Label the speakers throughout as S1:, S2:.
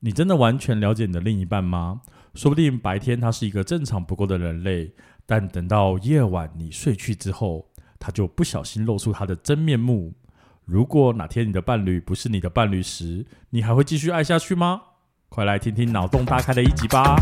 S1: 你真的完全了解你的另一半吗？说不定白天他是一个正常不过的人类，但等到夜晚你睡去之后，他就不小心露出他的真面目。如果哪天你的伴侣不是你的伴侣时，你还会继续爱下去吗？快来听听脑洞大开的一集吧！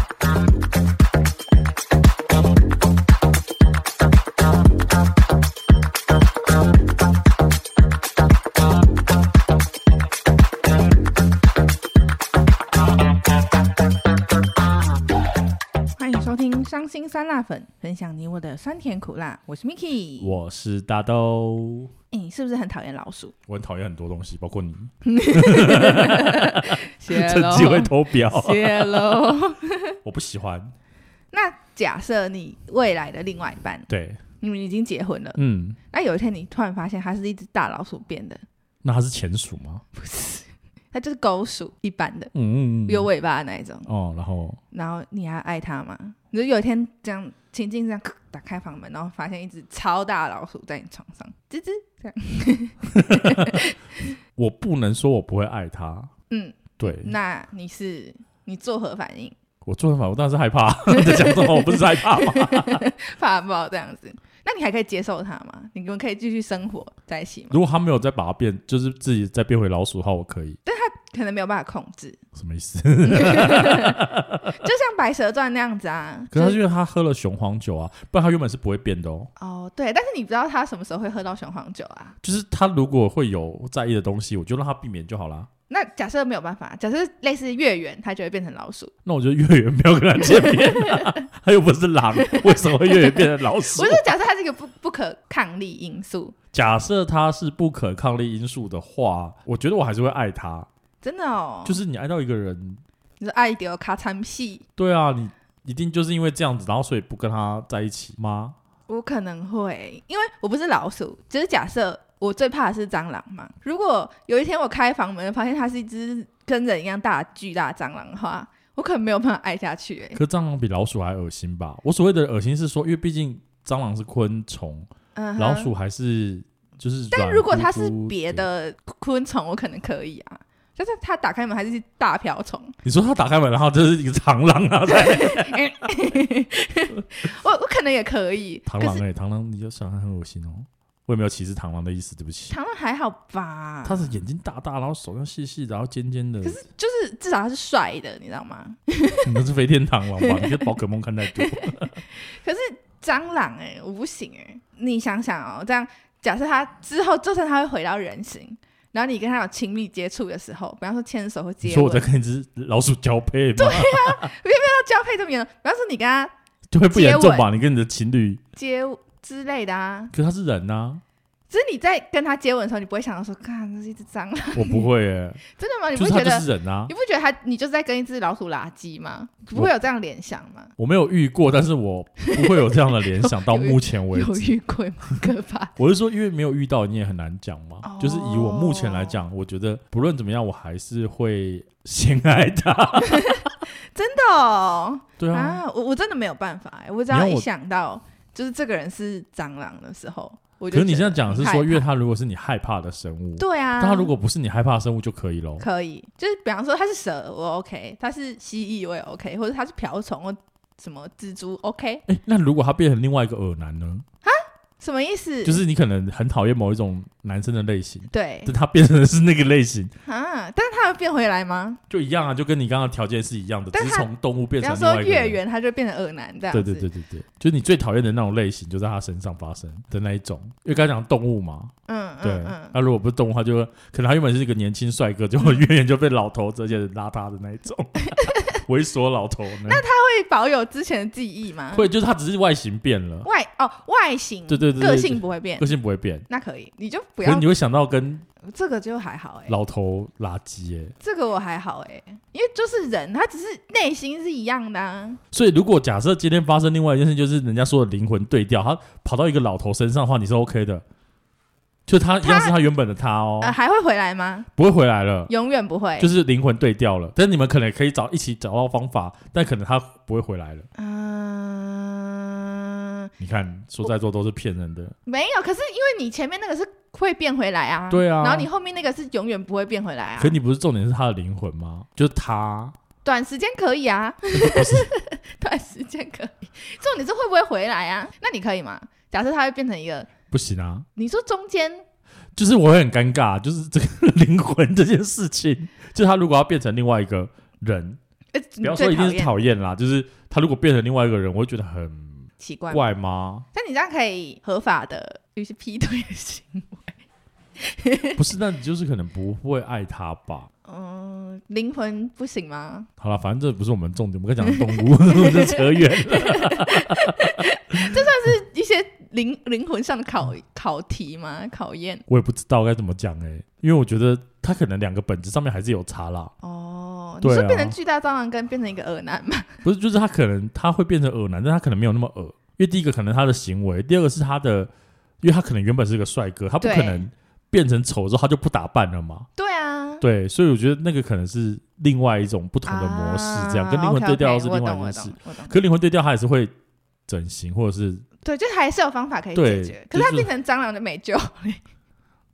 S2: 欢迎收听《伤心酸辣粉》，分享你我的酸甜苦辣。我是 Miki。
S1: 我是大豆，
S2: 哎，你是不是很讨厌 老鼠？
S1: 我很讨厌很多东西，包括你，
S2: 泄
S1: 趁机会偷表，
S2: 泄露。
S1: 我不喜欢。
S2: 那假设你未来的另外一半，
S1: 对，
S2: 你们已经结婚了，
S1: 嗯，
S2: 那有一天你突然发现它是一只大老鼠变的，
S1: 那他是前鼠吗？
S2: 它就是狗鼠一般的，
S1: 嗯嗯，嗯
S2: 有尾巴的那一种。
S1: 哦，然后
S2: 然后你还爱它吗？你就有一天这样情境这样咔打开房门，然后发现一只超大的老鼠在你床上，吱吱这样。
S1: 我不能说我不会爱他，
S2: 嗯，
S1: 对，
S2: 那你是你作何反应？
S1: 我做人 法，我当然是害怕。在讲什么？我不是害怕吗？
S2: 怕爆这样子，那你还可以接受它吗？你们可以继续生活在一起吗？
S1: 如果他没有再把它变，就是自己再变回老鼠的话，我可以。
S2: 可能没有办法控 制，
S1: 什么意思？
S2: 就像《白蛇传》那样子啊。
S1: 可是
S2: 就
S1: 他是因为他喝了雄黄酒啊，不然他原本是不会变的哦。
S2: 哦，对，但是你不知道他什么时候会喝到雄黄酒啊？
S1: 就是他如果会有在意的东西，我就让他避免就好啦。
S2: 那假设没有办法，假设类似月圆，它就会变成老鼠。
S1: 那我就月圆不要跟他见面、啊， 他又不是狼，为什么会月圆变成老鼠
S2: 不是？，假设它是一个不不可抗力因素，
S1: 假设他是不可抗力因素的话，我觉得我还是会爱他。
S2: 真的哦。
S1: 就是是你爱到一个人，
S2: 你说爱丢卡餐屁，
S1: 对啊，你一定就是因为这样子，然后所以不跟他在一起吗？
S2: 我可能会，因为我不是老鼠，只是假设我最怕的是蟑螂嘛。如果有一天我开房门发现它是一只跟人一样大的巨大的蟑螂的话，我可能没有办法爱下去、欸。
S1: 可蟑螂比老鼠还恶心吧？我所谓的恶心是说，因为毕竟蟑螂是昆虫，
S2: 嗯哼
S1: 老，鼠还是就是。
S2: 但如果它是别，的昆虫，我可能可以啊。就是它打开门还是大瓢虫，
S1: 你说它打开门，然后就是一个螳螂啊， 在
S2: 我我可能也可以。
S1: 螳螂
S2: 可是
S1: 哎、螳螂，你就想它很恶心哦。我也没有歧视螳螂的意思，对不起。
S2: 螳螂还好吧？
S1: 它的眼睛大大，然后手上细细的，然后尖尖的，
S2: 可是就是至少它是帅的，你知道吗？
S1: 你那是飞天螳螂吧？你 是宝可梦 看太多。
S2: 可是蟑螂哎、我不行哎、你想想哦，这样假设它之后，就算它会回到人形，然后你跟它有亲密接触的时候，比方说牵手或
S1: 你
S2: 接
S1: 说我
S2: 吻，
S1: 在
S2: 到
S1: 跟一只老鼠交配吗？
S2: 交配这么严重，比方说你跟它
S1: 就会不严重吧？你跟你的情侣，
S2: 接之类的啊，
S1: 可是他是人呐、
S2: 只是你在跟它接吻的时候，你不会想到说，看这是一只蟑螂，
S1: 我不会耶、
S2: 真的吗？ 你
S1: 就
S2: 不
S1: 是
S2: 会
S1: 他
S2: 觉
S1: 就
S2: 得，
S1: 是人啊
S2: 你。不觉得它你就是在跟一只老鼠拉鸡吗？不会有这样联想吗？
S1: 我没有遇过，但是我不会有这样的联 想。到目前为
S2: 有
S1: 止，
S2: 遇过吗？很可怕。
S1: 我是说，因为没有遇到，你也很难讲嘛。
S2: 哦
S1: 就是以我目前来讲，我觉得不论怎么样，我还是会先爱他。
S2: 真的哦、
S1: 对啊，
S2: 啊，我我真的没有办法、欸，我只
S1: 你
S2: 要
S1: 要
S2: 一
S1: 我
S2: 想到就是这个人是蟑螂的时候，我
S1: 可
S2: 就是
S1: 你
S2: 觉
S1: 现
S2: 得
S1: 在讲的是
S2: 很害
S1: 说，
S2: 怕
S1: 因为他如果是你害怕的生物，
S2: 对啊，
S1: 但他如果不是你害怕的生物就可以咯。
S2: 可以，就是比方说他是蛇，我 OK；他是蜥蜴，我也 OK；或者他是瓢虫或什么蜘蛛 OK，
S1: 哎、那如果他变成另外一个耳男呢？
S2: 什么意思？
S1: 就是你可能很讨厌某一种男生的类型，
S2: 对
S1: 但他变成的是那个类型，
S2: 啊，但是他会变回来吗？
S1: 就一样啊，就跟你刚刚的条件是一样的，只
S2: 但
S1: 是
S2: 他
S1: 从动物
S2: 比
S1: 变成
S2: 方
S1: 另外
S2: 说
S1: 一个
S2: 月
S1: 人。
S2: 圆，他就变成恶男这样
S1: 对
S2: 子。
S1: 对对对对，就是你最讨厌的那种类型，就在他身上发生的那一种。因为刚才讲动物嘛，
S2: 嗯
S1: 对，啊
S2: 嗯
S1: 那、
S2: 嗯。
S1: 如果不是动物，他就会可能他原本是一个年轻帅哥，结果远远就被老头折且邋遢的那一 种，猥琐老头呢。那他
S2: 会保有之前的记忆吗？
S1: 会就是他只是外形变了，
S2: 外哦外形，
S1: 对对对对
S2: 个
S1: 对
S2: 性不会变
S1: 个，性不会变，
S2: 那可以，你就不
S1: 可是
S2: 要
S1: 你会想到跟
S2: 这个就还好哎、
S1: 老头垃圾耶。
S2: 这个我还好哎、因为就是人，他只是内心是一样的、啊。
S1: 所以如果假设今天发生另外一件事，就是人家说的灵魂对调，他跑到一个老头身上的话，你是 OK 的。就他一样是他原本的他哦，
S2: 呃，还会回来吗？
S1: 不会回来了。
S2: 永远不会。
S1: 就是灵魂对调了，但你们可能可以找一起找到方法，但可能他不会回来了。
S2: 嗯、呃
S1: 你看，说在座都是骗人的，
S2: 没有。可是因为你前面那个是会变回来啊。
S1: 对啊
S2: 然后你后面那个是永远不会变回来啊
S1: 可。你不是重点是他的灵魂吗？就是他，
S2: 短时间可以啊，
S1: 不是
S2: 短时间可以。重点是会不会回来啊？那你可以吗？假设它会变成一个，
S1: 不行啊！
S2: 你说中间
S1: 就是我会很尴尬，就是这个 灵魂这件事情，就他如果要变成另外一个人，
S2: 呃，
S1: 不
S2: 你
S1: 要说
S2: 最
S1: 一定
S2: 讨
S1: 是
S2: 厌
S1: 讨厌啦，就是他如果变成另外一个人，我会觉得很
S2: 奇怪吗，
S1: 怪吗？
S2: 但你这样可以合法的，于是劈腿的行为。
S1: 不是，那你就是可能不会爱他吧？
S2: 嗯，灵魂不行吗？
S1: 好了，反正这不是我们重点，我们刚讲动物， 我们就扯远了。
S2: 一些灵灵魂上的考考题吗？考验
S1: 我也不知道该怎么讲哎、因为我觉得他可能两个本质上面还是有差啦，
S2: 哦，你
S1: 对啊
S2: 说变成巨大蟑螂跟变成一个耳男吗？
S1: 不是，就是他可能他会变成恶男，但他可能没有那么恶，因为第一个可能他的行为，第二个是他的，因为他可能原本是个帅哥，他不
S2: 对
S1: 可能变成丑之后他就不打扮了嘛，
S2: 对啊，
S1: 对，所以我觉得那个可能是另外一种不同的模式，这样、跟灵魂对调是另外一件事。
S2: 啊啊，OK，OK，我懂我懂我懂
S1: 可灵魂对调他也是会整形，或者是
S2: 对，就还是有方法可以
S1: 对
S2: 解决。可是它
S1: 就是
S2: 变成蟑螂的美 就很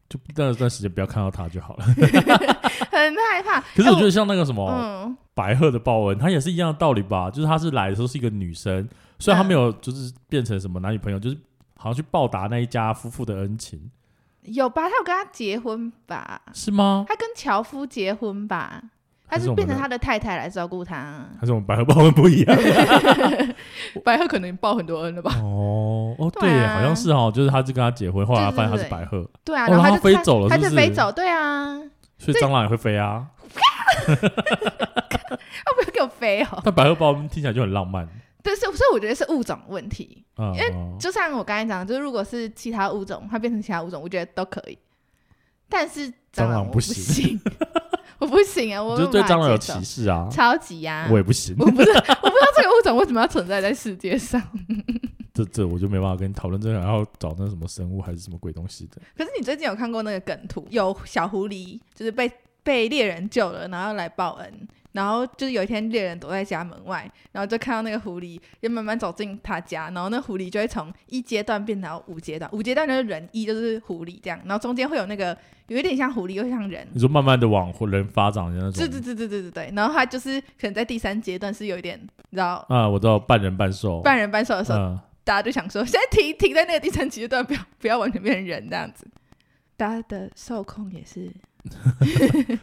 S1: 就那段时间不要看到他就好了。
S2: 害怕。
S1: 可是我觉
S2: 得，
S1: 得像哦那个什么、
S2: 嗯，
S1: 白鹤的报恩，他也是一样的道理吧？就是他是来的时候是一个女生，虽然他没
S2: 嗯
S1: 有就是变成什么男女朋友，就是好像去报答那一家夫妇的恩情，
S2: 有吧？他有跟他结婚吧？
S1: 是吗？
S2: 他跟樵夫结婚吧？他
S1: 还是
S2: 是
S1: 我们
S2: 变成
S1: 的
S2: 他的太太来照顾他。
S1: 还是我们白鹤报恩不一样？
S2: 白鹤可能报很多恩了吧？
S1: 哦哦，
S2: 对
S1: 对
S2: 啊
S1: 耶，好像是哦，就是他是跟他结婚，后来他
S2: 对对
S1: 发现他是
S2: 对
S1: 白鹤，
S2: 对啊，
S1: 哦
S2: 然后
S1: 然
S2: 他
S1: 后它
S2: 就
S1: 飞走了
S2: 他
S1: 是不
S2: 就是飞走，对啊，
S1: 所以蟑螂也会飞啊。
S2: 他不要给我飞哦。
S1: 但白鹤报恩听起来就很浪漫
S2: 对，是所以我觉得是物种问题，
S1: 啊，
S2: 因为
S1: 哦
S2: 就像我刚才讲的，就是如果是其他物种，它变成其他物种，我觉得都可以，但是
S1: 蟑螂
S2: 螂我
S1: 不
S2: 不
S1: 行
S2: 行， 我不行啊，我
S1: 你就是对
S2: 没办法
S1: 蟑螂有
S2: 接受
S1: 歧视啊，
S2: 超级呀、
S1: 我也不行，
S2: 我不是，我不知道这个物种为什么要存在在世界上。
S1: 这这我就没办法跟你讨论这个，然后找那什么生物还是什么鬼东西的。
S2: 可是你最近有看过那个梗图，有小狐狸就是被被猎人救了，然后来报恩。然后就是有一天，猎人躲在家门外，然后就看到那个狐狸就慢慢走进他家，然后那狐狸就会从一阶段变到五阶段，五阶段就是人一就是狐狸这样，然后中间会有那个有一点像狐狸又像人，
S1: 你说慢慢的往人发展的那
S2: 对对
S1: 种，
S2: 对对对对对，然后他就是可能在第三阶段是有一点你知道
S1: 啊，我知道半人半兽，
S2: 半人半兽的时候，
S1: 嗯，
S2: 大家就想说，现在停停在那个第三阶段，不要不要完全变成人这样子。大家的受控也是，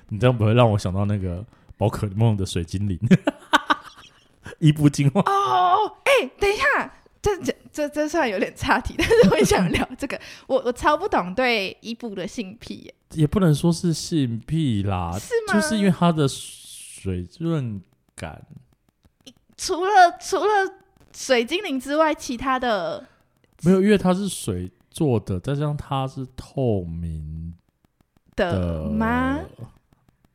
S1: 你这样不会让我想到那个宝可梦的水精灵， 伊布精华。
S2: 哦，哎、等一下，这这这这虽然有点岔题，但是我也想聊这个。我我超不懂对伊布的性癖耶，
S1: 也不能说是性癖啦，
S2: 是 吗？
S1: 就是因为它的水润感，
S2: 除了除了水精灵之外，其他的
S1: 没有，因为它是水做的，再加上它是透明
S2: 的
S1: 的
S2: 呃吗？？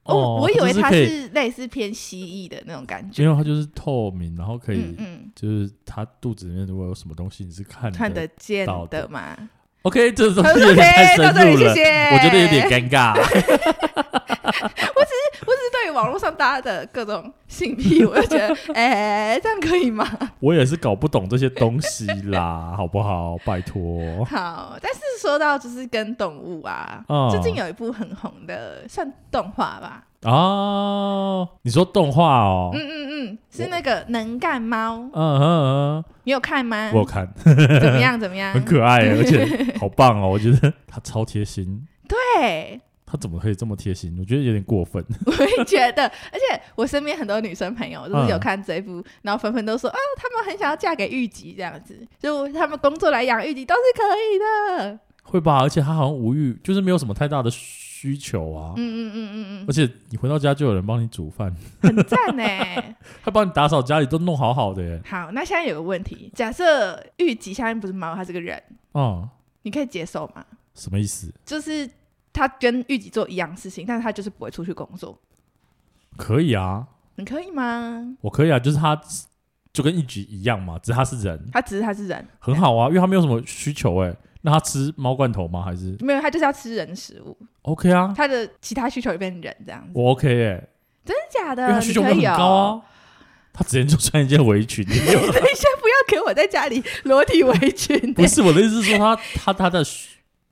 S1: 哦，
S2: 我以为
S1: 它
S2: 它
S1: 就是可以，
S2: 是类似偏蜥蜴的那种感觉。
S1: 因为它就是透明，然后可以，
S2: 嗯嗯，
S1: 就是它肚子里面如果有什么东西，你是看
S2: 看得见
S1: 到的
S2: 的嘛。
S1: OK，这东
S2: 好
S1: 西
S2: ，OK，
S1: 有 点太深
S2: 到这里
S1: 入了，
S2: 谢谢
S1: 我觉得有点尴尬。
S2: 是对于网络上大家的各种性癖，我就觉得， 哎、这样可以吗？
S1: 我也是搞不懂这些东西 啦，好不好？拜托。
S2: 好，但是说到就是跟动物啊，
S1: 哦
S2: 最近有一部很红的，算动画吧，
S1: 哦，你说动画哦，
S2: 嗯
S1: 嗯
S2: 嗯嗯，是那个能干猫，
S1: 嗯
S2: 你有看吗
S1: 嗯，我？有看，
S2: 怎么样？怎么样？
S1: 很可爱， 而且好棒哦！我觉得他超贴心，
S2: 对，
S1: 他怎么可以这么贴心？我觉得有点过分。
S2: 我也觉得，而且我身边很多女生朋友
S1: 嗯
S2: 就是有看这一部，然后纷纷都说啊，她们很想要嫁给玉吉这样子，就她们工作来养玉吉都是可以的。
S1: 会吧？而且他好像无欲，就是没有什么太大的需求啊。
S2: 嗯嗯嗯嗯
S1: 而且你回到家就有人帮你煮饭，
S2: 嗯，很赞 呢。
S1: 他帮你打扫家里都弄好好的耶。
S2: 好，那现在有个问题，假设玉吉下面不是猫，它是个人，
S1: 嗯，
S2: 你可以接受吗？
S1: 什么意思？
S2: 就是他跟玉吉做一样事情，但是他就是不会出去工作，
S1: 可以啊，
S2: 你可以吗？
S1: 我可以啊，就是他就跟一局一样嘛，只是他是人，
S2: 他只是他是人，
S1: 很好啊，因为他没有什么需求哎。那他吃猫罐头吗？还是
S2: 没有他就是要吃人食物，
S1: OK 啊？
S2: 他的其他需求也变成人这样子，
S1: 我 OK 哎、
S2: 真的假的？
S1: 因为他需求
S2: 你
S1: 没
S2: 可
S1: 有很
S2: 以哦
S1: 高啊。。他之前就穿一件围裙，也没有
S2: 等一下，不要给我在家里裸体围裙、
S1: 不是我的意思是说他他他的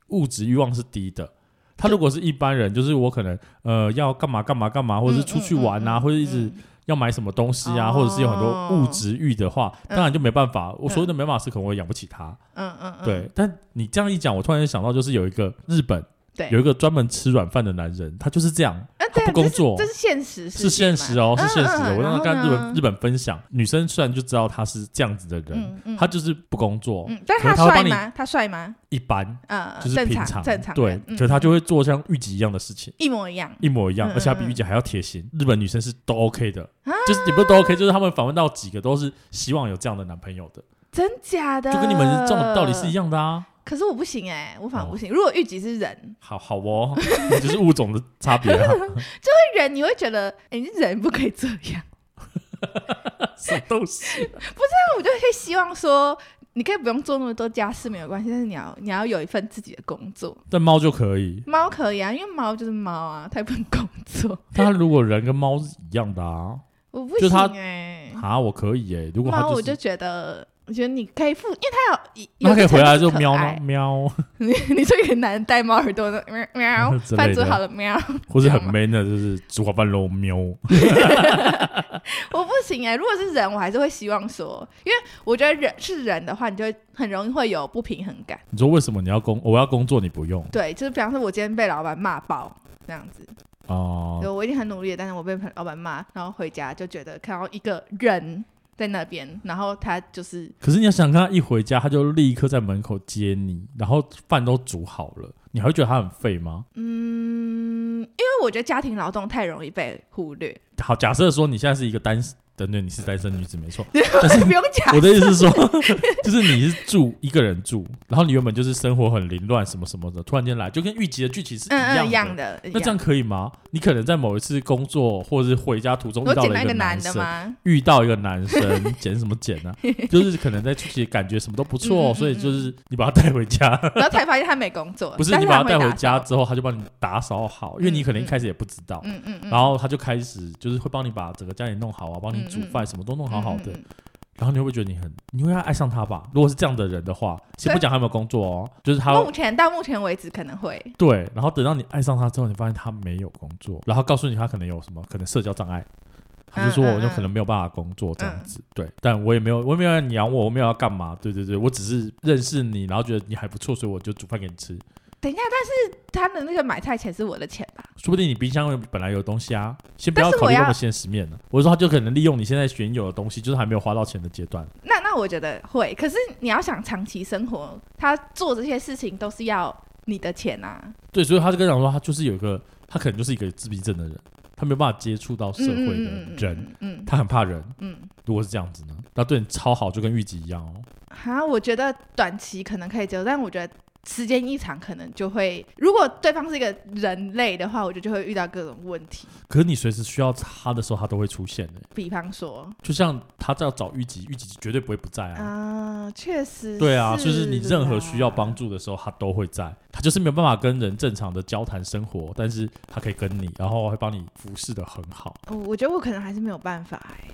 S1: 物质欲望是低的。他如果是一般人，就是我可能呃要干嘛干嘛干嘛，或者是出去玩啊，
S2: 嗯嗯嗯
S1: 或者一直
S2: 嗯
S1: 要买什么东西啊，
S2: 哦
S1: 或者是有很多物质欲的话，
S2: 嗯
S1: 当然就没办法。我所谓的没办法是，可能我养不起他。
S2: 嗯嗯嗯，
S1: 对，但你这样一讲，我突然想到，就是有一个日本
S2: 对
S1: 有一个专门吃软饭的男人，他就是这样，
S2: 啊，
S1: 他
S2: 对啊，
S1: 不工作
S2: 这是这是现实，
S1: 是现实哦，是现实的。我
S2: 让
S1: 让
S2: 他
S1: 他跟日本日本分享，女生虽然就知道他是这样子的人，
S2: 嗯嗯嗯，
S1: 他就是不工作，
S2: 嗯，但是
S1: 可
S2: 他
S1: 能他会
S2: 帅
S1: 帮你
S2: 吗？他帅吗？
S1: 一般
S2: 嗯，
S1: 就是
S2: 正
S1: 平
S2: 常正常
S1: 对
S2: 人，嗯
S1: 可他就会做像御姐一样的事情。
S2: 一模一样，
S1: 一模一样，
S2: 嗯
S1: 而且他比
S2: 嗯
S1: 御姐还要贴心。日本女生是都 OK 的
S2: 啊，
S1: 就是也不是都 OK，就是他们访问到几个都是希望有这样的男朋友的，
S2: 真假的，
S1: 就跟你们这种道理是一
S2: 样。
S1: 样的啊。
S2: 可是我不行哎，我反而
S1: 哦
S2: 不行。如果玉吉是人，
S1: 好好哦，你就是物种的差别 啊，
S2: 对人你会觉得，哎，你人不可以这样。
S1: 什么东西？
S2: 那我就会希望说，你可以不用做那么多家事没有关系，但是你要你要有一份自己的工作。
S1: 但猫就可以，
S2: 猫可以啊，因为猫就是猫啊，它也不能工 作。
S1: 它如果人跟猫是一样的啊，
S2: 我不
S1: 就
S2: 行
S1: 它
S2: 哎、
S1: 啊，我可以耶。如果它
S2: 猫我
S1: 是
S2: 就觉得，我觉得你可以付，因为它有一，
S1: 那它可以回来就喵
S2: 呢。
S1: 喵，
S2: 你你 说一个男人戴猫耳朵的喵喵
S1: 之，类
S2: 饭
S1: 的
S2: 煮好了喵，
S1: 或是很
S2: 这样吗
S1: man 的，就是煮好饭喽喵。
S2: 我不行哎、如果是人，我还是会希望说，因为我觉得人是人的话，你就会很容易会有不平衡感。
S1: 你说为什么你要工？我要工作你不用
S2: 对，就是比方说，我今天被老板骂爆这样子，
S1: 啊
S2: 对，？我已经很努力了，但是我被老板骂，然后回家就觉得看到一个人在那边，然后他就是
S1: 可是你要想看，他一回家他就立刻在门口接你，然后饭都煮好了，你还会觉得他很废吗？
S2: 嗯，因为我觉得家庭劳动太容易被忽略，
S1: 好，假设说你现在是一个单，等等，你是单身女子没错。
S2: 不用 讲
S1: 我的意思是说， 就是你是住一个人住，然后你原本就是生活很凌乱什么什么的，突然间来，就跟预期的剧情是一
S2: 嗯
S1: 样
S2: 嗯一
S1: 的。
S2: 样的，一
S1: 那这样可以吗？你可能在某一次工作或者是回家途中遇
S2: 我
S1: 到
S2: 捡
S1: 了
S2: 到一个
S1: 男
S2: 男的
S1: 生，
S2: 吗？
S1: 遇到一个男 生，捡什么捡呢、啊？就是可能在出去感觉什么都不错，哦
S2: 嗯嗯嗯
S1: 所以就是你把他带回家，
S2: 然后才发现他没工作，
S1: 不是
S2: 但
S1: 你
S2: 是
S1: 把
S2: 他
S1: 他
S2: 会
S1: 带回
S2: 打
S1: 家
S2: 扫，
S1: 之后，他就帮你打扫好，因为你可能一开始也不知道，
S2: 嗯嗯嗯，
S1: 然后他就开始就是会帮你把整个家里弄好啊，帮你煮饭，什么都弄好好的。
S2: 嗯嗯嗯
S1: 然后你会不会觉得你很，你会爱上他吧？如果是这样的人的话，先
S2: 对
S1: 不讲他有没有工作哦，就是他
S2: 目前到目前为止可能会，
S1: 对，然后等到你爱上他之后，你发现他没有工作，然后告诉你他可能有什么，可能社交障碍。他就说：“
S2: 嗯嗯
S1: 我就可能没有办法工作这样
S2: 嗯
S1: 子，对，但我也没有，我也没有要你养我，我没有要干嘛，对对对，我只是认识你，然后觉得你还不错，所以我就煮饭给你吃。
S2: 等一下，但是他的那个买菜钱是我的钱吧？
S1: 说不定你冰箱本来有东西啊，先不要
S2: 但是我
S1: 考虑那
S2: 要
S1: 么现实面了。我是说，他就可能利用你现在原有的东西，就是还没有花到钱的阶段。
S2: 那那我觉得会，可是你要想长期生活，他做这些事情都是要你的钱啊。
S1: 对，所以他就跟我讲说，他就是有一个，他可能就是一个自闭症的人，他没有办法接触到社会的人，
S2: 嗯，嗯嗯嗯
S1: 他很怕人。
S2: 嗯，
S1: 如果是这样子呢，那对你超好，就跟玉吉一样哦。
S2: 哈，我觉得短期可能可以接受，但我觉得时间一长可能就会，如果对方是一个人类的话，我觉得就会遇到各种问题，
S1: 可是你随时需要他的时候，他都会出现的。
S2: 比方说
S1: 就像他在找玉吉，玉吉绝对不会不在啊。
S2: 啊，确实，
S1: 对啊，就是你任何需要帮
S2: 助，
S1: 助的时候，他都会在。他就是没有办法跟人正常的交谈生活，但是他可以跟你，然后会帮你服侍的很好。
S2: 哦我觉得我可能还是没有办法哎、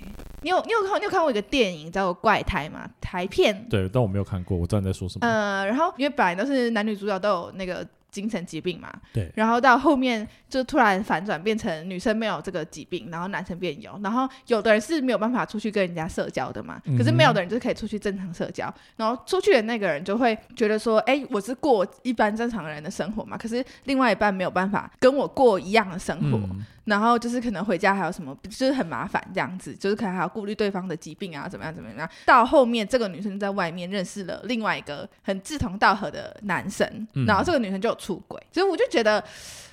S2: 你有你有看你有看过一个电影叫做《怪胎》吗？台片，
S1: 对，但我没有看过，我知道你在说什么。
S2: 呃，然后因为本来都是男女主角都有那个精神疾病嘛，
S1: 对
S2: 然后到后面就突然反转变成女生没有这个疾病，然后男生变有，然后有的人是没有办法出去跟人家社交的嘛，
S1: 嗯
S2: 可是没有的人就可以出去正常社交，然后出去的那个人就会觉得说，哎，我是过一般正常人的生活嘛，可是另外一半没有办法跟我过一样的生活，
S1: 嗯，
S2: 然后就是可能回家还有什么，就是很麻烦这样子，就是可能还要顾虑对方的疾病啊，怎么样怎么样。到后面这个女生就在外面认识了另外一个很志同道合的男生，
S1: 嗯
S2: 然后这个女生就有出轨，所以我就觉得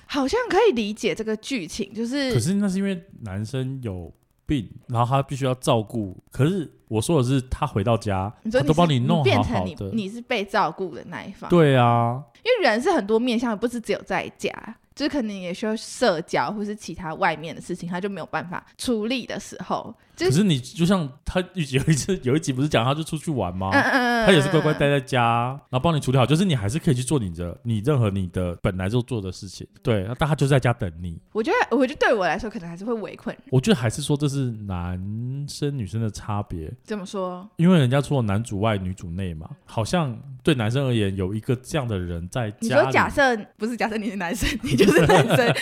S2: 好像可以理解这个剧情，就是
S1: 可是那是因为男生有病，然后他必须要照顾。可是我说的是，他回到家，
S2: 你说
S1: 他
S2: 你
S1: 都帮
S2: 是
S1: 弄好
S2: 变
S1: 好
S2: 成你
S1: 的。
S2: 你是被照顾的那一方，
S1: 对啊，
S2: 因为人是很多面向，不是只有在家。就是可能也需要社交，或是其他外面的事情，他就没有办法处理的时候，就
S1: 可是你就像他有一集有一集有一集不是讲他就出去玩吗？
S2: 嗯嗯嗯，
S1: 啊他也是乖乖
S2: 嗯
S1: 待在家，然后帮你处理好，就是你还是可以去做你的，你任何你的本来就做的事情。对，那但他就在家等你。
S2: 我觉得，我觉得对我来说，可能还是会围困。
S1: 我觉得还是说这是男男生女生的差别，
S2: 怎么说？
S1: 因为人家说男主外女主内嘛，好像对男生而言有一个这样的人在
S2: 你
S1: 家
S2: 说假
S1: 里，
S2: 设不是假设你是男生，你就是男 生，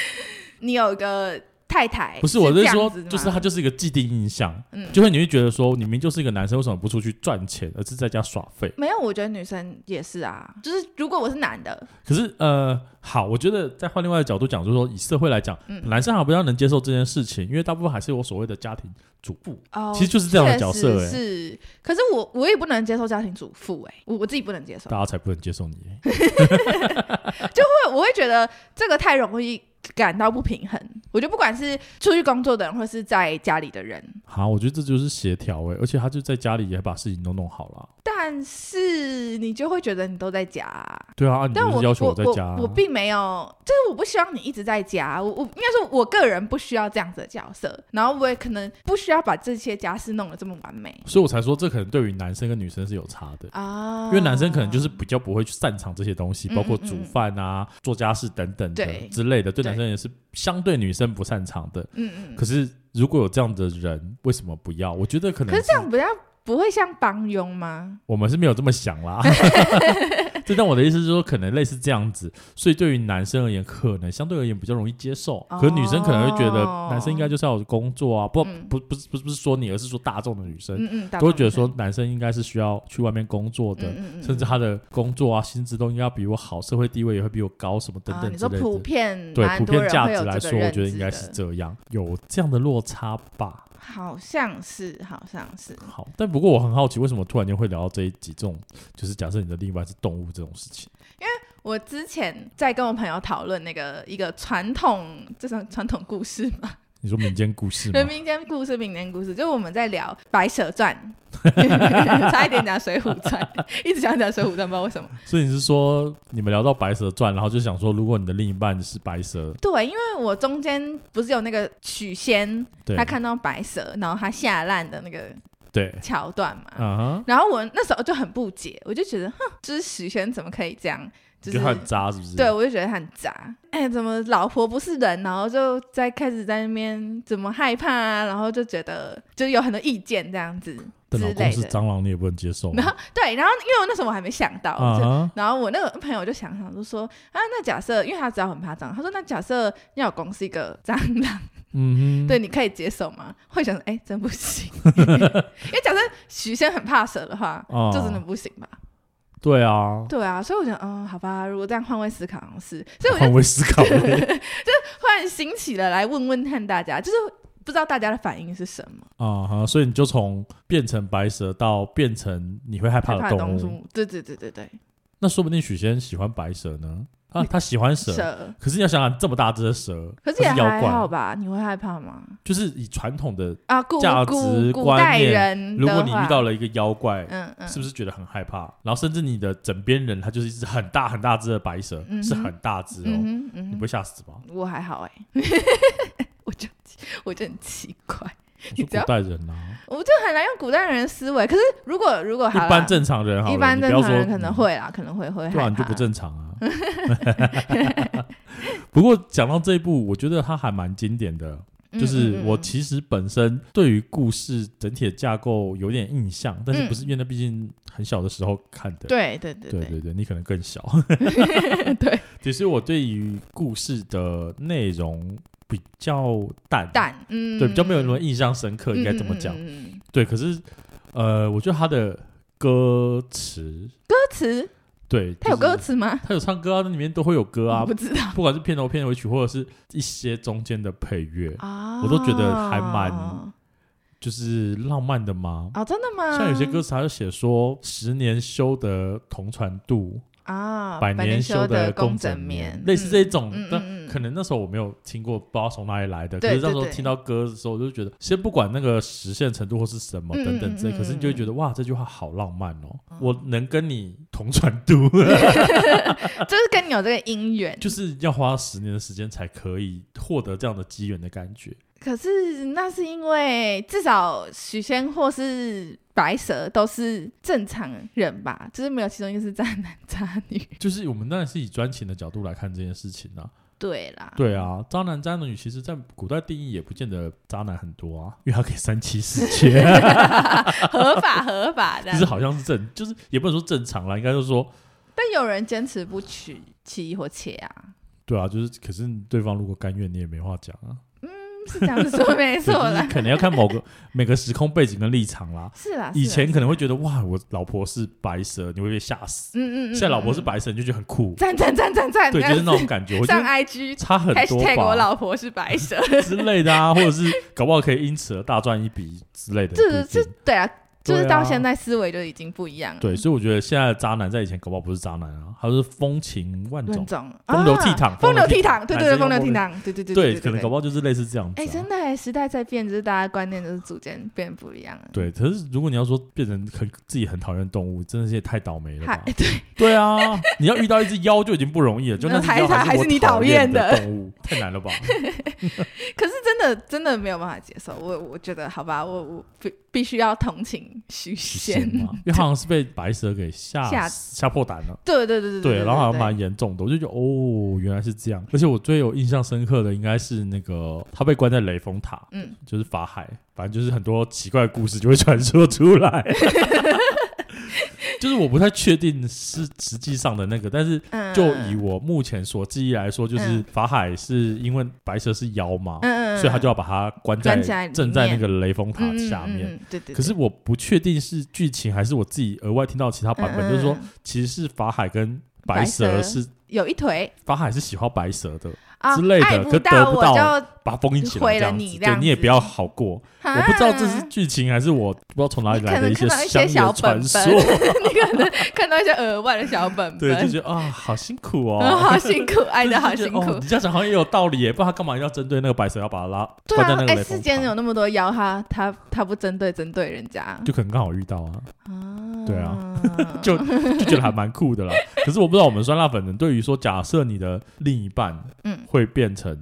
S2: 你有个太太，
S1: 不是
S2: 是
S1: 我
S2: 这
S1: 是
S2: 样
S1: 说
S2: 子，吗
S1: 就是他就是一个既定印象，
S2: 嗯，
S1: 就会你会觉得说你明明就是一个男生，为什么不出去赚钱，而是在家耍废？
S2: 没有，我觉得女生也是啊，就是如果我是男的，
S1: 可是呃，好，我觉得再换另外的角度讲，就是说以社会来讲，
S2: 嗯
S1: 男生好像比较能接受这件事情，因为大部分还是有所谓的家庭主妇，
S2: 哦，
S1: 其实就是这样的角色
S2: 确实
S1: 哎、
S2: 是，可是我我也不能接受家庭主妇哎、我我自己不能接受，
S1: 大家才不能接受你、欸
S2: 因为我会觉得这个太容易感到不平衡。我就不管是出去工作的人，或是在家里的人，
S1: 好，我觉得这就是协调哎，而且他就在家里也把事情都弄好了。啊
S2: 但是你就会觉得你都在家啊、
S1: 对啊，啊你
S2: 但
S1: 就
S2: 我
S1: 是要求
S2: 我
S1: 在家、啊
S2: 我我并没有，就是我不希望你一直在家。我我应该说，我个人不需要这样子的角色，然后我也可能不需要把这些家事弄得这么完美
S1: 所以我才说这可能对于男生跟女生是有差的。
S2: 啊。
S1: 因为男生可能就是比较不会去擅长这些东西，
S2: 嗯
S1: 包括
S2: 嗯嗯
S1: 煮饭啊、做家事等等的
S2: 对
S1: 之类的，对
S2: 对
S1: 男生也是相对女生不擅长的。
S2: 嗯嗯，
S1: 可是如果有这样的人，为什么不要？我觉得可能
S2: 可是这样比较不会像帮佣吗？
S1: 我们是没有这么想 啦。 这但我的意思是说，可能类似这样子，所以对于男生而言，可能相对而言比较容易接受。
S2: 哦
S1: 可是女生可能会觉得，男生应该就是要有工作啊，不、
S2: 嗯
S1: 不不是不是不是说你，而是说大众的女生、
S2: 嗯嗯，大
S1: 都会
S2: 部分
S1: 觉得说，男生应该是需要去外面工作的，
S2: 嗯嗯嗯，
S1: 甚至他的工作啊、薪资都应该要比我好，社会地位也会比我高，什么等
S2: 啊
S1: 等
S2: 你
S1: 之
S2: 说
S1: 类
S2: 普
S1: 的。
S2: 遍
S1: 对
S2: 蛮
S1: 普
S2: 多
S1: 遍
S2: 人
S1: 价
S2: 会有
S1: 值来
S2: 这
S1: 说，
S2: 个
S1: 我
S2: 认
S1: 觉得
S2: 知
S1: 应该
S2: 的
S1: 是这样，有这样的落差吧。
S2: 好像是，好像是。
S1: 好，但不过我很好奇，为什么突然间会聊到这一集这种，就是假设你的另一半是动物这种事情，
S2: 我之前在跟我朋友讨论那个一个传统，这算传统故事吗？
S1: 你说民间故事
S2: 对，
S1: 吗？
S2: 民间故事，民间故事，就是我们在聊《白蛇传》， 差一点讲《水浒传》， 一直想讲《水浒传》，不知道为什么。
S1: 所以你是说你们聊到《白蛇传》，然后就想说，如果你的另一半是白蛇，
S2: 对，因为我中间不是有那个许仙，
S1: 对，
S2: 他看到白蛇，然后他下烂的那个
S1: 对，
S2: 桥段嘛。
S1: 啊哈，
S2: 然后我那时候就很不解，我就觉得，哼，就是许仙怎么可以这样？就
S1: 就是他很渣，是不是？
S2: 对，，我就觉得他很渣。哎，怎么老婆不是人？然后就在开始在那边怎么害怕啊，然后就觉得就是有很多意见这样子之
S1: 但老公
S2: 类
S1: 是
S2: 的。
S1: 蟑螂，你也不能接受
S2: 然
S1: 吗
S2: 后？对，然后因为我那时哦候我还没想到，
S1: 啊
S2: 就
S1: 哈，
S2: 然后我那个朋友就想想就说啊，那假设因为他知道很怕蟑螂，他说那假设要有公司一个蟑螂，
S1: 嗯哼，
S2: 对，你可以接受吗？会想说哎，真不 行，因为假设许仙很怕蛇的话，
S1: 哦
S2: 就真的不行吧？
S1: 对啊，
S2: 对啊，所以我想嗯，好吧，如果这样换位思考好像是，所以我就
S1: 换位思考嘞
S2: 突然兴起了来问问看大家，就是不知道大家的反应是什么，
S1: 啊哈，所以你就从变成白蛇到变成你会害怕
S2: 害怕
S1: 的
S2: 的
S1: 动
S2: 东
S1: 物，
S2: 西，对对对对对，
S1: 那说不定许仙喜欢白蛇呢？啊，他喜欢蛇，
S2: 蛇，
S1: 可是你要想想，这么大只的蛇，
S2: 可是也
S1: 它妖
S2: 还好
S1: 怪，
S2: 吧？你会害怕吗？
S1: 就是以传统的，
S2: 啊，古
S1: 价值
S2: 古古
S1: 观
S2: 代
S1: 念
S2: 人
S1: 如
S2: 嗯的话，
S1: 果你遇到了一个妖怪，
S2: 嗯嗯，
S1: 是不是觉得很害怕？然后甚至你的枕边人，他就是一只很大很大只的白蛇，
S2: 嗯哼
S1: 是很大只哦，
S2: 嗯哼嗯
S1: 你不
S2: 哼
S1: 会吓死吗？
S2: 我还好哎、 我就我就很奇怪，
S1: 我
S2: 你
S1: 说
S2: 只要
S1: 古代人啊，
S2: 我就很难用古代人的思维。可是如果如果好啦
S1: 一般正常人好了，
S2: 一般正
S1: 你不
S2: 常
S1: 要
S2: 人
S1: 说
S2: 可能，会啦，可能会
S1: 嗯
S2: 会害
S1: 对啊，
S2: 怕，
S1: 你就不正常 啊。 不过讲到这一部，我觉得它还蛮经典的。
S2: 嗯
S1: 就是我
S2: 嗯嗯
S1: 其实本身对于故事整体的架构有点印象，但是
S2: 嗯
S1: 不是因为那毕竟很小的时候看的。
S2: 对对对
S1: 对
S2: 对
S1: 对对，你可能更小。
S2: 对，
S1: 其实我对于故事的内容比较淡，
S2: 蛋，嗯，
S1: 对比较没有什么印象深刻，
S2: 嗯
S1: 应该怎么讲？
S2: 嗯嗯嗯嗯
S1: 对，可是呃，我觉得他的歌词，
S2: 歌词，
S1: 对，
S2: 它有歌
S1: 词，
S2: 词吗？
S1: 他有唱歌啊，那里面都会有歌啊
S2: 我不，知道
S1: 不管是片头片尾曲，或者是一些中间的配乐，
S2: 啊
S1: 我都觉得还蛮就是浪漫的嘛。
S2: 啊，哦真的吗？
S1: 像有些歌词，他就写说“十年修得同船渡，
S2: 啊，
S1: 百
S2: 年
S1: 修
S2: 得
S1: 共
S2: 枕
S1: 眠”，
S2: 眠，
S1: 类似这种。
S2: 嗯嗯
S1: 但
S2: 嗯嗯
S1: 可能那时候我没有听过，不知道从哪里来的。可
S2: 对
S1: 是那时候
S2: 对对
S1: 听到歌的时候，我就觉得，先不管那个实现程度或是什么
S2: 嗯
S1: 等等之类，
S2: 嗯嗯
S1: 可是你就会觉得哇，这句话好浪漫哦！我
S2: 嗯
S1: 能跟你同船 渡，
S2: 就是跟你有这个姻缘，
S1: 就是要花十年的时间才可以获得这样的机缘的感觉。
S2: 可是那是因为至少许仙或是白蛇都是正常人吧，就是没有其中一个是渣男渣女。
S1: 就是我们当然是以专情的角度来看这件事情啊。
S2: 对啦，
S1: 对啊，渣男渣女其实，在古代定义也不见得渣男很多啊，因为他可以三妻四妾，啊
S2: 合法合 法的
S1: 就。是好像是正，就是也不能说正常啦，应该就是说，
S2: 但有人坚持不娶妻或妾啊，
S1: 对啊，就是可是对方如果甘愿，你也没话讲啊。
S2: 嗯是这样子说 没
S1: 对
S2: 错
S1: 就
S2: 啦
S1: 是。可能要看某个每个时空背景跟立场啦。
S2: 是 啦，
S1: 以
S2: 啊是啦嗯
S1: 前可能会觉得哇，我老婆是白蛇，你会被吓死；
S2: 嗯嗯嗯，
S1: 现在老婆是
S2: 嗯
S1: 白蛇，你就觉得很酷，
S2: 赞赞赞赞赞，
S1: 对，
S2: 这
S1: 就
S2: 样
S1: 是那种
S2: 子
S1: 感觉，我觉
S2: 上
S1: 得
S2: IG
S1: 差很多
S2: hashtag 我
S1: 吧
S2: 老婆是白蛇，
S1: 之类的啊，或者是搞不好可以因此而大赚一笔之类的，
S2: 这
S1: 不一
S2: 这
S1: 定
S2: 对啊，就是
S1: 对
S2: 到
S1: 啊
S2: 现在思维就已经不一样了，
S1: 对，所以我觉得现在的渣男在以前搞不好不是渣男啊，他是风情万
S2: 论
S1: 种，
S2: 种
S1: 风流倜傥
S2: 啊风流倜傥，对对对，
S1: 男生用
S2: 风流
S1: 风
S2: 倜
S1: 流
S2: 傥，对对对
S1: 对，
S2: 对，
S1: 可能搞不
S2: 好。
S1: 好就是类似这样子
S2: 哎，
S1: 啊。
S2: 真的哎，时代在变，就是大家观念就是逐渐变不一样了。
S1: 对，可是如果你要说变成很自己很讨厌动物，真的是也太倒霉了
S2: 嗨，
S1: 吧？
S2: 对，
S1: 对啊，你要遇到一只妖就已经不容易了，就
S2: 那
S1: 那只
S2: 还
S1: 妖
S2: 它还
S1: 是
S2: 是
S1: 我
S2: 你
S1: 讨
S2: 讨
S1: 厌
S2: 厌的
S1: 动物，太难了 吧？
S2: 可是真的真的没有办法接受，我我觉得好吧，我我必必须要同情许仙。
S1: 嘛，因为好像是被白蛇给吓
S2: 吓
S1: 死吓破胆了。
S2: 对对对
S1: 对，
S2: 对对，
S1: 然后好像
S2: 对
S1: 蛮严重的，我就觉得哦，原来是这样。而且我最有印象深刻的应该是那个他被关在雷峰塔，
S2: 嗯，
S1: 就是法海，反正就是很多奇怪的故事就会传说出来。 就是我不太确定是实际上的那个，但是
S2: 嗯
S1: 就以我目前所记忆来说，就是
S2: 嗯
S1: 法海是因为白蛇是妖嘛，
S2: 嗯嗯，
S1: 所以他就要把它关在
S2: 关在里面
S1: 正在那个雷峰塔
S2: 嗯
S1: 下面。，
S2: 嗯嗯嗯对对。
S1: 可是我不确定是剧情还是我自己额外听到其他版本，
S2: 嗯嗯
S1: 就是说
S2: 嗯
S1: 其实是法海跟白蛇
S2: 白蛇
S1: 是
S2: 有一腿
S1: 法海是喜欢白蛇的，
S2: 啊
S1: 之类的
S2: 爱
S1: 可
S2: 不
S1: 得
S2: 到
S1: 不
S2: 我
S1: 到
S2: 就
S1: 把它封印起来
S2: 毁
S1: 这
S2: 了
S1: 样
S2: 你
S1: 子，
S2: 这样
S1: 对你也
S2: 子
S1: 不要好过。我不知道这是
S2: 啊
S1: 剧情还是我不知道从哪里来的
S2: 你可
S1: 些
S2: 能看到一些
S1: 乡
S2: 小
S1: 野
S2: 本
S1: 传
S2: 本
S1: 说，
S2: 你可能看到一些额外的小本 本，
S1: 对，就觉得啊，好辛苦
S2: 嗯，
S1: 哦。
S2: 好辛 苦，爱的好
S1: 就
S2: 辛
S1: 是
S2: 苦。
S1: 哦，你这样讲好像也有道理耶，不然他干嘛要针对那个白蛇，要把他拉
S2: 对
S1: 关在
S2: 啊
S1: 那，个
S2: 哎、
S1: 雷
S2: 世
S1: 峰
S2: 间
S1: 塔？
S2: 有那么多妖，他他他不针对针对人家啊，
S1: 就可能刚好遇到啊，对，
S2: 啊
S1: 就就觉得还蛮酷的啦。可是我不知道我们酸辣粉人对于说，假设你的另一半
S2: 嗯
S1: 会变成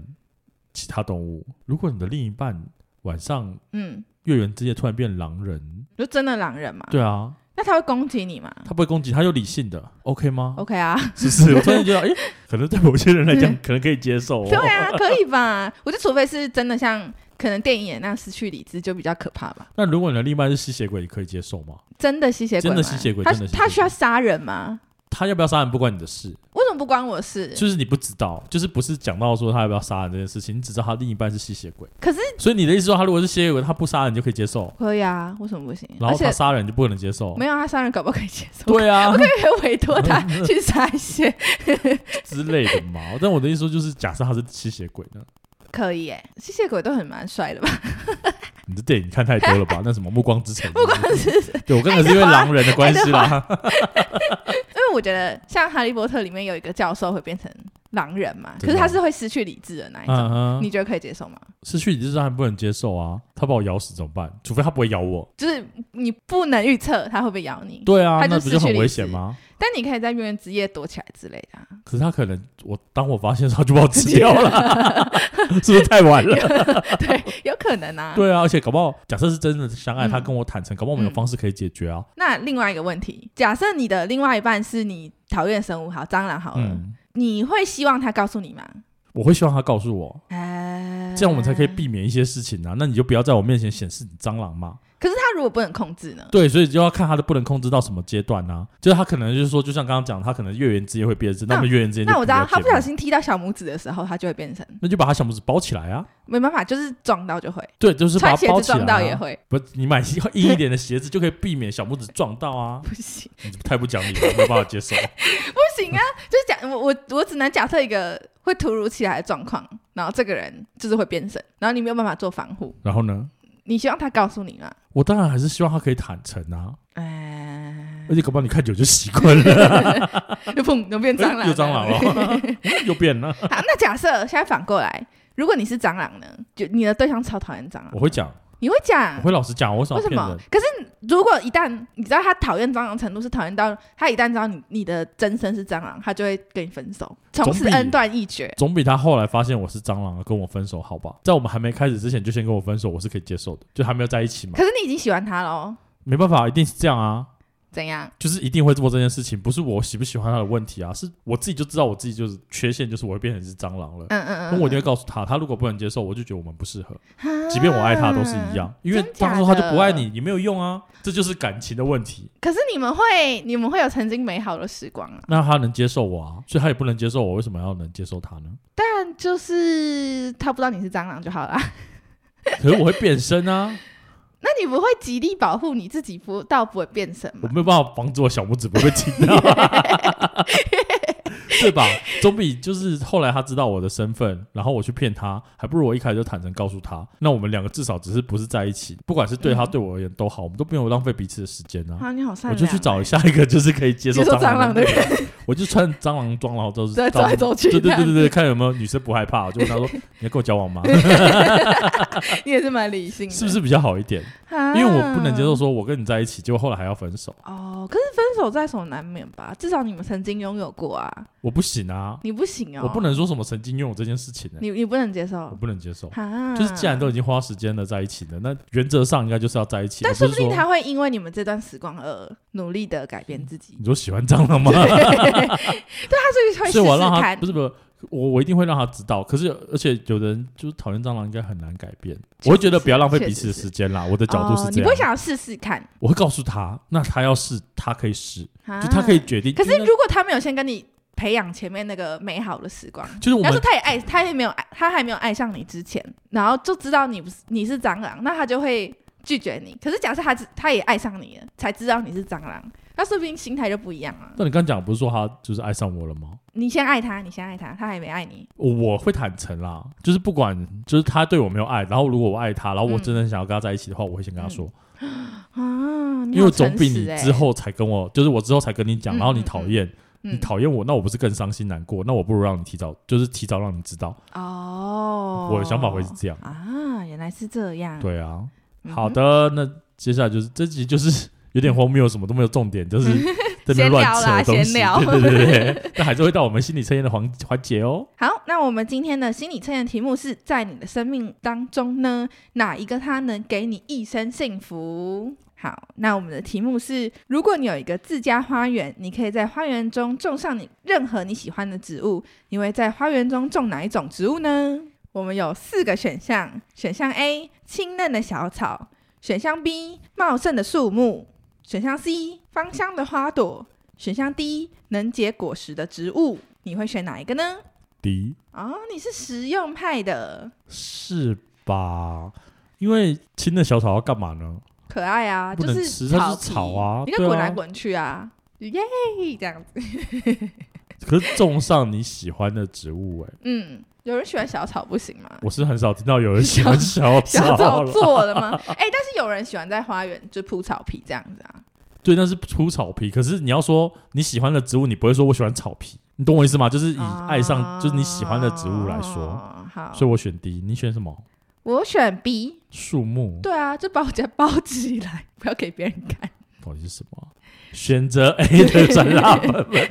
S1: 其他动物，如果你的另一半晚上
S2: 嗯，
S1: 月圆之夜突然变狼人，
S2: 就真的狼人嘛，
S1: 对啊，
S2: 那他会攻击你吗
S1: 他不会攻击，他就理性的，OK 吗？
S2: ？OK 啊，
S1: 是不是？我突然觉得，哎、可能对某些人来讲，可能可以接受、哦。
S2: 嗯对啊，可以吧？我就除非是真的像可能电影演那样失去理智，就比较可怕吧。
S1: 那如果你的另一半是吸血鬼，你可以接受吗？
S2: 真的吸血鬼吗，
S1: 真的吸血鬼
S2: 他
S1: 真的吸血鬼
S2: 他需要杀人吗？
S1: 他要不要杀人不关你的事，
S2: 为什么不关我事？
S1: 就是你不知道，就是不是讲到说他要不要杀人这件事情，你只知道他另一半是吸血鬼。
S2: 可是
S1: 所以你的意思说，他如果是吸血鬼，他不杀人你就可以接受，
S2: 可以啊，为什么不行？
S1: 然后
S2: 而
S1: 他
S2: 且
S1: 杀人就不能接受
S2: 没。有啊他杀人，搞不好可以接受。
S1: 对啊，
S2: 可以委托他去杀一些，
S1: 之类的嘛。但我的意思说，就是假设他是吸血鬼呢？
S2: 可以耶，吸血鬼都很蛮帅 的吧？
S1: 你的电影看太多了吧？那什么《暮光之城》？ 哎啊暮光
S2: 是因
S1: 对我刚才是因为狼人的关系 啦。
S2: 为我觉得像《哈利波特》里面有一个教授会变成狼人嘛，
S1: 真的
S2: 可是他是会失去理智的那一种，
S1: 嗯
S2: 你
S1: 哼，
S2: 觉得可以接受吗？
S1: 失去理智当然不能接受啊！他把我咬死怎么办？除非他不会咬我。
S2: 就是你不能预测他会不会咬你，
S1: 对啊，
S2: 他就
S1: 那不
S2: 失
S1: 就
S2: 去
S1: 很
S2: 理
S1: 危
S2: 智
S1: 险吗？
S2: 但你可以在月圆之夜躲起来之类的啊、
S1: 可是他可能我当我发现的时候他就把我吃掉了， 是不是太晚了？
S2: 对，有可能啊。
S1: 对啊，而且搞不好假设是真的相爱，
S2: 嗯
S1: 他跟我坦诚，搞不好我们有
S2: 嗯
S1: 方式可以解决啊。
S2: 那另外一个问题，假设你的另外一半是你讨厌的生物，好蟑螂好了，
S1: 嗯，
S2: 你会希望他告诉你吗？
S1: 我会希望他告诉我，
S2: 哎，
S1: 这样我们才可以。避免一些事情啊。那你就不要在我面前显示你蟑螂嘛。
S2: 可是他如果不能控制呢？
S1: 对，所以就要看他的不能控制到什么阶段啊。就是他可能就是说，就像刚刚讲，他可能月圆之夜会变质，那么月圆之夜就
S2: 那我知道，
S1: 要
S2: 他
S1: 见
S2: 不小
S1: 面
S2: 心踢到小拇指的时候，他就会变成
S1: 那就把他小拇指包起来啊。
S2: 没办法，就是撞到就会，
S1: 对，就是把
S2: 穿
S1: 它
S2: 鞋
S1: 包
S2: 子
S1: 起来、
S2: 撞
S1: 啊。
S2: 到也会，
S1: 不，你买硬一点的鞋子就可以避免小拇指撞到 啊！
S2: 不行
S1: 你太不讲理了，没有办法接受。
S2: 不行啊！就是假我我我只能假设一个会突如其来的状况，然后这个人就是会变身，然后你没有办法做防护，
S1: 然后呢，
S2: 你希望他告诉你吗？
S1: 我当然还是希望他可以坦诚啊，
S2: 哎、
S1: 而且搞不好你看久就习惯了，
S2: 又砰，又变 蟑螂，啊
S1: 哎又蟑螂了。， 嗯又变了。
S2: 好，那假设现在反过来，如果你是蟑螂呢？就你的对象超讨厌蟑螂
S1: 我，会讲，
S2: 你会讲
S1: 我会老实讲，我少
S2: 啊为什
S1: 骗
S2: 么
S1: 人。？
S2: 可是如果一旦你知道他讨厌蟑螂程度是讨厌到他一旦知道你你的真身是蟑螂，他就会跟你分手，从此
S1: 总比
S2: 恩断义绝。
S1: 总比他后来发现我是蟑螂啊跟我分手好吧？在我们还没开始之前就先嗯跟我分手，我是可以接受的，就还没有在一起嘛。
S2: 可是你已经喜欢他喽，哦
S1: 没办法，一定是这样啊。
S2: 怎样？
S1: 就是一定会做这件事情，不是我喜不喜欢他的问题啊，是我自己就知道我自己就是缺陷，就是我会变成一只蟑螂了。
S2: 嗯嗯
S1: 那、
S2: 嗯，
S1: 我一定会告诉他，他如果不能接受，我就觉得我们不适合。
S2: 啊
S1: 即便我爱他，都是一。样，因为
S2: 真假
S1: 他
S2: 的
S1: 说他就不爱你，也没有用啊，这就是感情的问题。
S2: 可是你们会，你们会有曾经美好的时光啊，
S1: 那他能接受我啊，所以他也不能接受我，为什么要能接受他呢？
S2: 但就是他不知道你是蟑螂就好啦。
S1: 可是我会变身啊，
S2: 那你不会极力保护你自己不到不会变身
S1: 我
S2: 吗？
S1: 没有办法防止我小拇指不会听到， 对吧？总比就是后来他知道我的身份，然后我去骗他，还不如我一开始就坦诚告诉他。那我们两个至少只是不是在一起，不管是对他
S2: 嗯
S1: 对我而言都好，我们都不用浪费彼此的时间啊。
S2: 啊，你好善
S1: 我
S2: 良、
S1: 就去找下一个就是可以接受
S2: 接受蟑螂的
S1: 人，
S2: 人，
S1: 我就穿蟑螂装，然后都是
S2: 对，走
S1: 到
S2: 来走去。
S1: 对对对对对，看有没有女生不害怕。我就问他 说：“你要跟我交往吗？
S2: 对，你也是蛮理性 的，
S1: 是不？是比较好一点？”因为我不能
S2: 啊
S1: 接受。说我跟你在一起，结果后来还要分手，
S2: 哦，可是分手在所难免吧？至少你们曾经拥有过啊，
S1: 我不行啊，
S2: 你不行哦，
S1: 我不，能说什么曾经拥有这件事情呢、欸
S2: 你你不能接
S1: 我
S2: 受。
S1: 不能接受。
S2: 哈，
S1: 就是既然都已经花时间了在一起了，那原则上应该就是要在一起，
S2: 但
S1: 而不
S2: 说
S1: 是
S2: 不定
S1: 说
S2: 他会因为你们这段时光而努力的改变自 己
S1: 你。说喜欢蟑螂 吗？
S2: 他所以会试
S1: 所以我要让
S2: 试
S1: 他
S2: 看
S1: 不，是不是。我我一定会让他知道，可是而且有的人就是讨厌蟑螂，应该很难改变。我会觉得不要浪费
S2: 确
S1: 彼
S2: 实
S1: 此的
S2: 是
S1: 时间啦，我的角度
S2: 哦
S1: 是
S2: 你
S1: 这
S2: 不会
S1: 样。
S2: 想要试试看？
S1: 我会告诉他，那他要试，他可以试，
S2: 就
S1: 就他可以决定。
S2: 可是
S1: 因为
S2: 如果他没有先跟你培养前面那个美好的时光，
S1: 就是我
S2: 要
S1: 们
S2: 是他也爱，他也没有爱，他还没有爱上你之前，然后就知道你不是你是蟑螂，那他就会拒绝你。可是假设他只他也爱上你了，才知道你是蟑螂，那说不定心态就不一样啊。
S1: 那你刚讲不是说他就是爱上我了吗？
S2: 你先爱他，你先爱他，他还没爱你，
S1: 我会坦诚啦，就是不管就是他对我没有爱，然后如果我爱他，然后我
S2: 嗯
S1: 真的想要跟他在一起的话，我会先跟他说，
S2: 啊，
S1: 因
S2: 你
S1: 为
S2: 好
S1: 总比你
S2: 诚实欸
S1: 之，后才跟我，就是我之后才跟你讲，
S2: 嗯
S1: 然后你讨厌，你
S2: 嗯，
S1: 讨厌我，那我不是更伤心难过？那我不如让你提早，就是提早让你知道，
S2: 哦，
S1: 我的想法会是这样。
S2: 啊，原来是这样，
S1: 对啊，
S2: 嗯哼，
S1: 好的，那接下来就是这集就是 有点荒谬，什么都没有重点，就是这边乱
S2: 闲聊啦
S1: 扯东西，
S2: 闲嗯聊
S1: 对 对对对对，那还是会到我们心理测验的环环节哦。
S2: 好，那我们今天的心理测验题目是在你的生命当中呢，哪一个它能给你一生幸福？好，那我们的题目是：如果你有一个自家花园，你可以在花园中种上你任何你喜欢的植物，你会在花园中种哪一种植物呢？我们有四个选项：选项 A 清嫩的小草，选项 B 茂盛的树木，选项 C 芳香的花朵，选项 D 能结果实的植物。你会选哪一个呢？
S1: 第一
S2: 哦，你是实用派的，
S1: 是吧？因为亲的小草要干嘛呢？
S2: 可爱啊，
S1: 不
S2: 就
S1: 能
S2: 是
S1: 吃它
S2: 草
S1: 就是
S2: 皮
S1: 草啊
S2: 你就
S1: 对啊嗯
S2: 滚来滚去啊，耶、这样子。
S1: 可是种上你喜欢的植物、欸，
S2: 嗯，有人喜欢小草不行吗？
S1: 我是很少听到有人喜欢小
S2: 小
S1: 草
S2: 草
S1: 了。
S2: 做的吗？ 哎、但是有人喜欢在花园就铺草皮这样子啊。
S1: 对，那是铺草皮。可是你要说你喜欢的植物，你不会说我喜欢草皮，你懂我意思吗？就是以爱上、就是你喜欢的植物来说，
S2: 哦啊好，
S1: 所以我选 D，你选什么？
S2: 我选 B。
S1: 树木
S2: 对啊，就把我家包起来，不要给别人看。
S1: 到底是什么？选择 A 的转辣粉们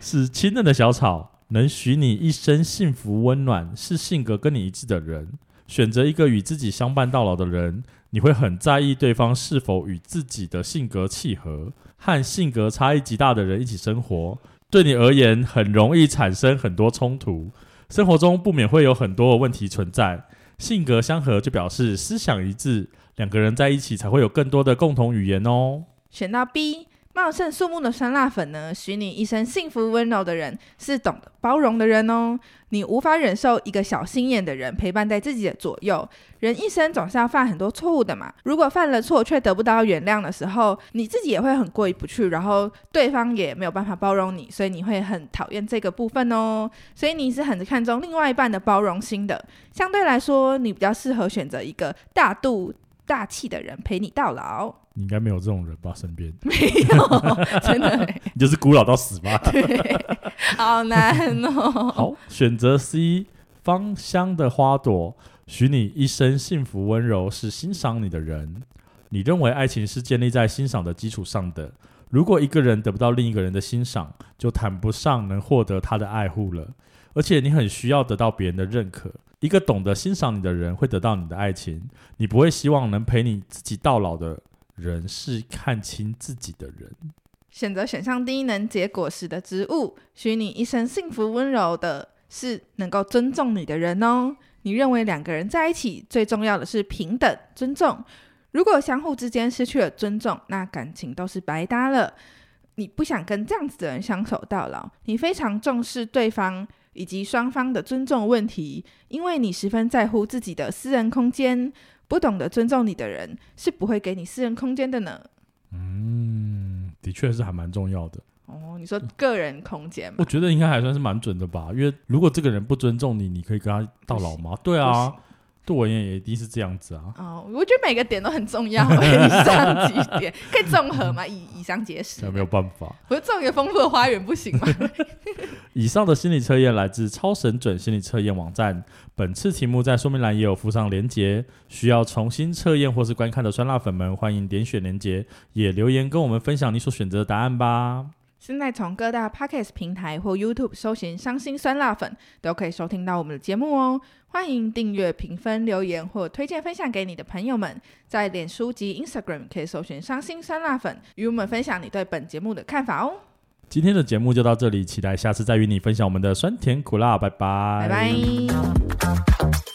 S1: 是亲嫩的小草，能许你一生幸福温暖，是性格跟你一致的人。选择一个与自己相伴到老的人，你会很在意对方是否与自己的性格契合。和性格差异极大的人一起生活，对你而言很容易产生很多冲突，生活中不免会有很多的问题存在。性格相合就表示思想一致，两个人在一起才会有更多的共同语言哦。
S2: 选到 B，茂盛树木的酸辣粉呢，许你一生幸福温柔的人，是懂得包容的人哦。你无法忍受一个小心眼的人陪伴在自己的左右。人一生总是要犯很多错误的嘛，如果犯了错却得不到原谅的时候，你自己也会很过意不去，然后对方也没有办法包容你，所以你会很讨厌这个部分哦。所以你是很看重另外一半的包容心的。相对来说，你比较适合选择一个大度大气的人陪你到老。
S1: 你应该没有这种人吧？身边
S2: 没有，真的欸
S1: 你就是孤老到死吧。
S2: 好难哦。
S1: 好，选择 C，芳香的花朵，许你一生幸福温柔，是欣赏你的人。你认为爱情是建立在欣赏的基础上的。如果一个人得不到另一个人的欣赏，就谈不上能获得他的爱护了。而且你很需要得到别人的认可。一个懂得欣赏你的人会得到你的爱情，你不会希望能陪你自己到老的人是看清自己的人。
S2: 选择选项第一能结果实的植物，许你一生幸福温柔的是能够尊重你的人哦。你认为两个人在一起最重要的是平等尊重，如果相互之间失去了尊重，那感情都是白搭了。你不想跟这样子的人相守到老，你非常重视对方以及双方的尊重问题，因为你十分在乎自己的私人空间。不懂得尊重你的人是不会给你私人空间的呢。
S1: 嗯，的确是还蛮重要的。
S2: 哦，你说个人空间
S1: 我
S2: 嘛？
S1: 觉得应该还算是蛮准的吧，因为如果这个人不尊重你，你可以跟他到老吗？对
S2: 不
S1: 啊
S2: 行，
S1: 对我而言也一定是这样子啊。
S2: 哦，我觉得每个点都很重要。以上几点 可以综合吗？以以上皆是
S1: 那。没有办法。
S2: 我种一个丰富的花园不行吗？
S1: 以上的心理测验来自超神准心理测验网站，本次题目在说明栏也有附上连结，需要重新测验或是观看的酸辣粉们，欢迎点选连结，也留言跟我们分享你所选择的答案吧。
S2: 现在从各大 podcast 平台或 YouTube 搜寻“伤心酸辣粉”，都可以收听到我们的节目哦。欢迎订阅、评分、留言或推荐分享给你的朋友们。在脸书及 Instagram 可以搜寻“伤心酸辣粉”，与我们分享你对本节目的看法哦。
S1: 今天的节目就到这里，期待下次再与你分享我们的酸甜苦辣，拜拜，
S2: 拜拜。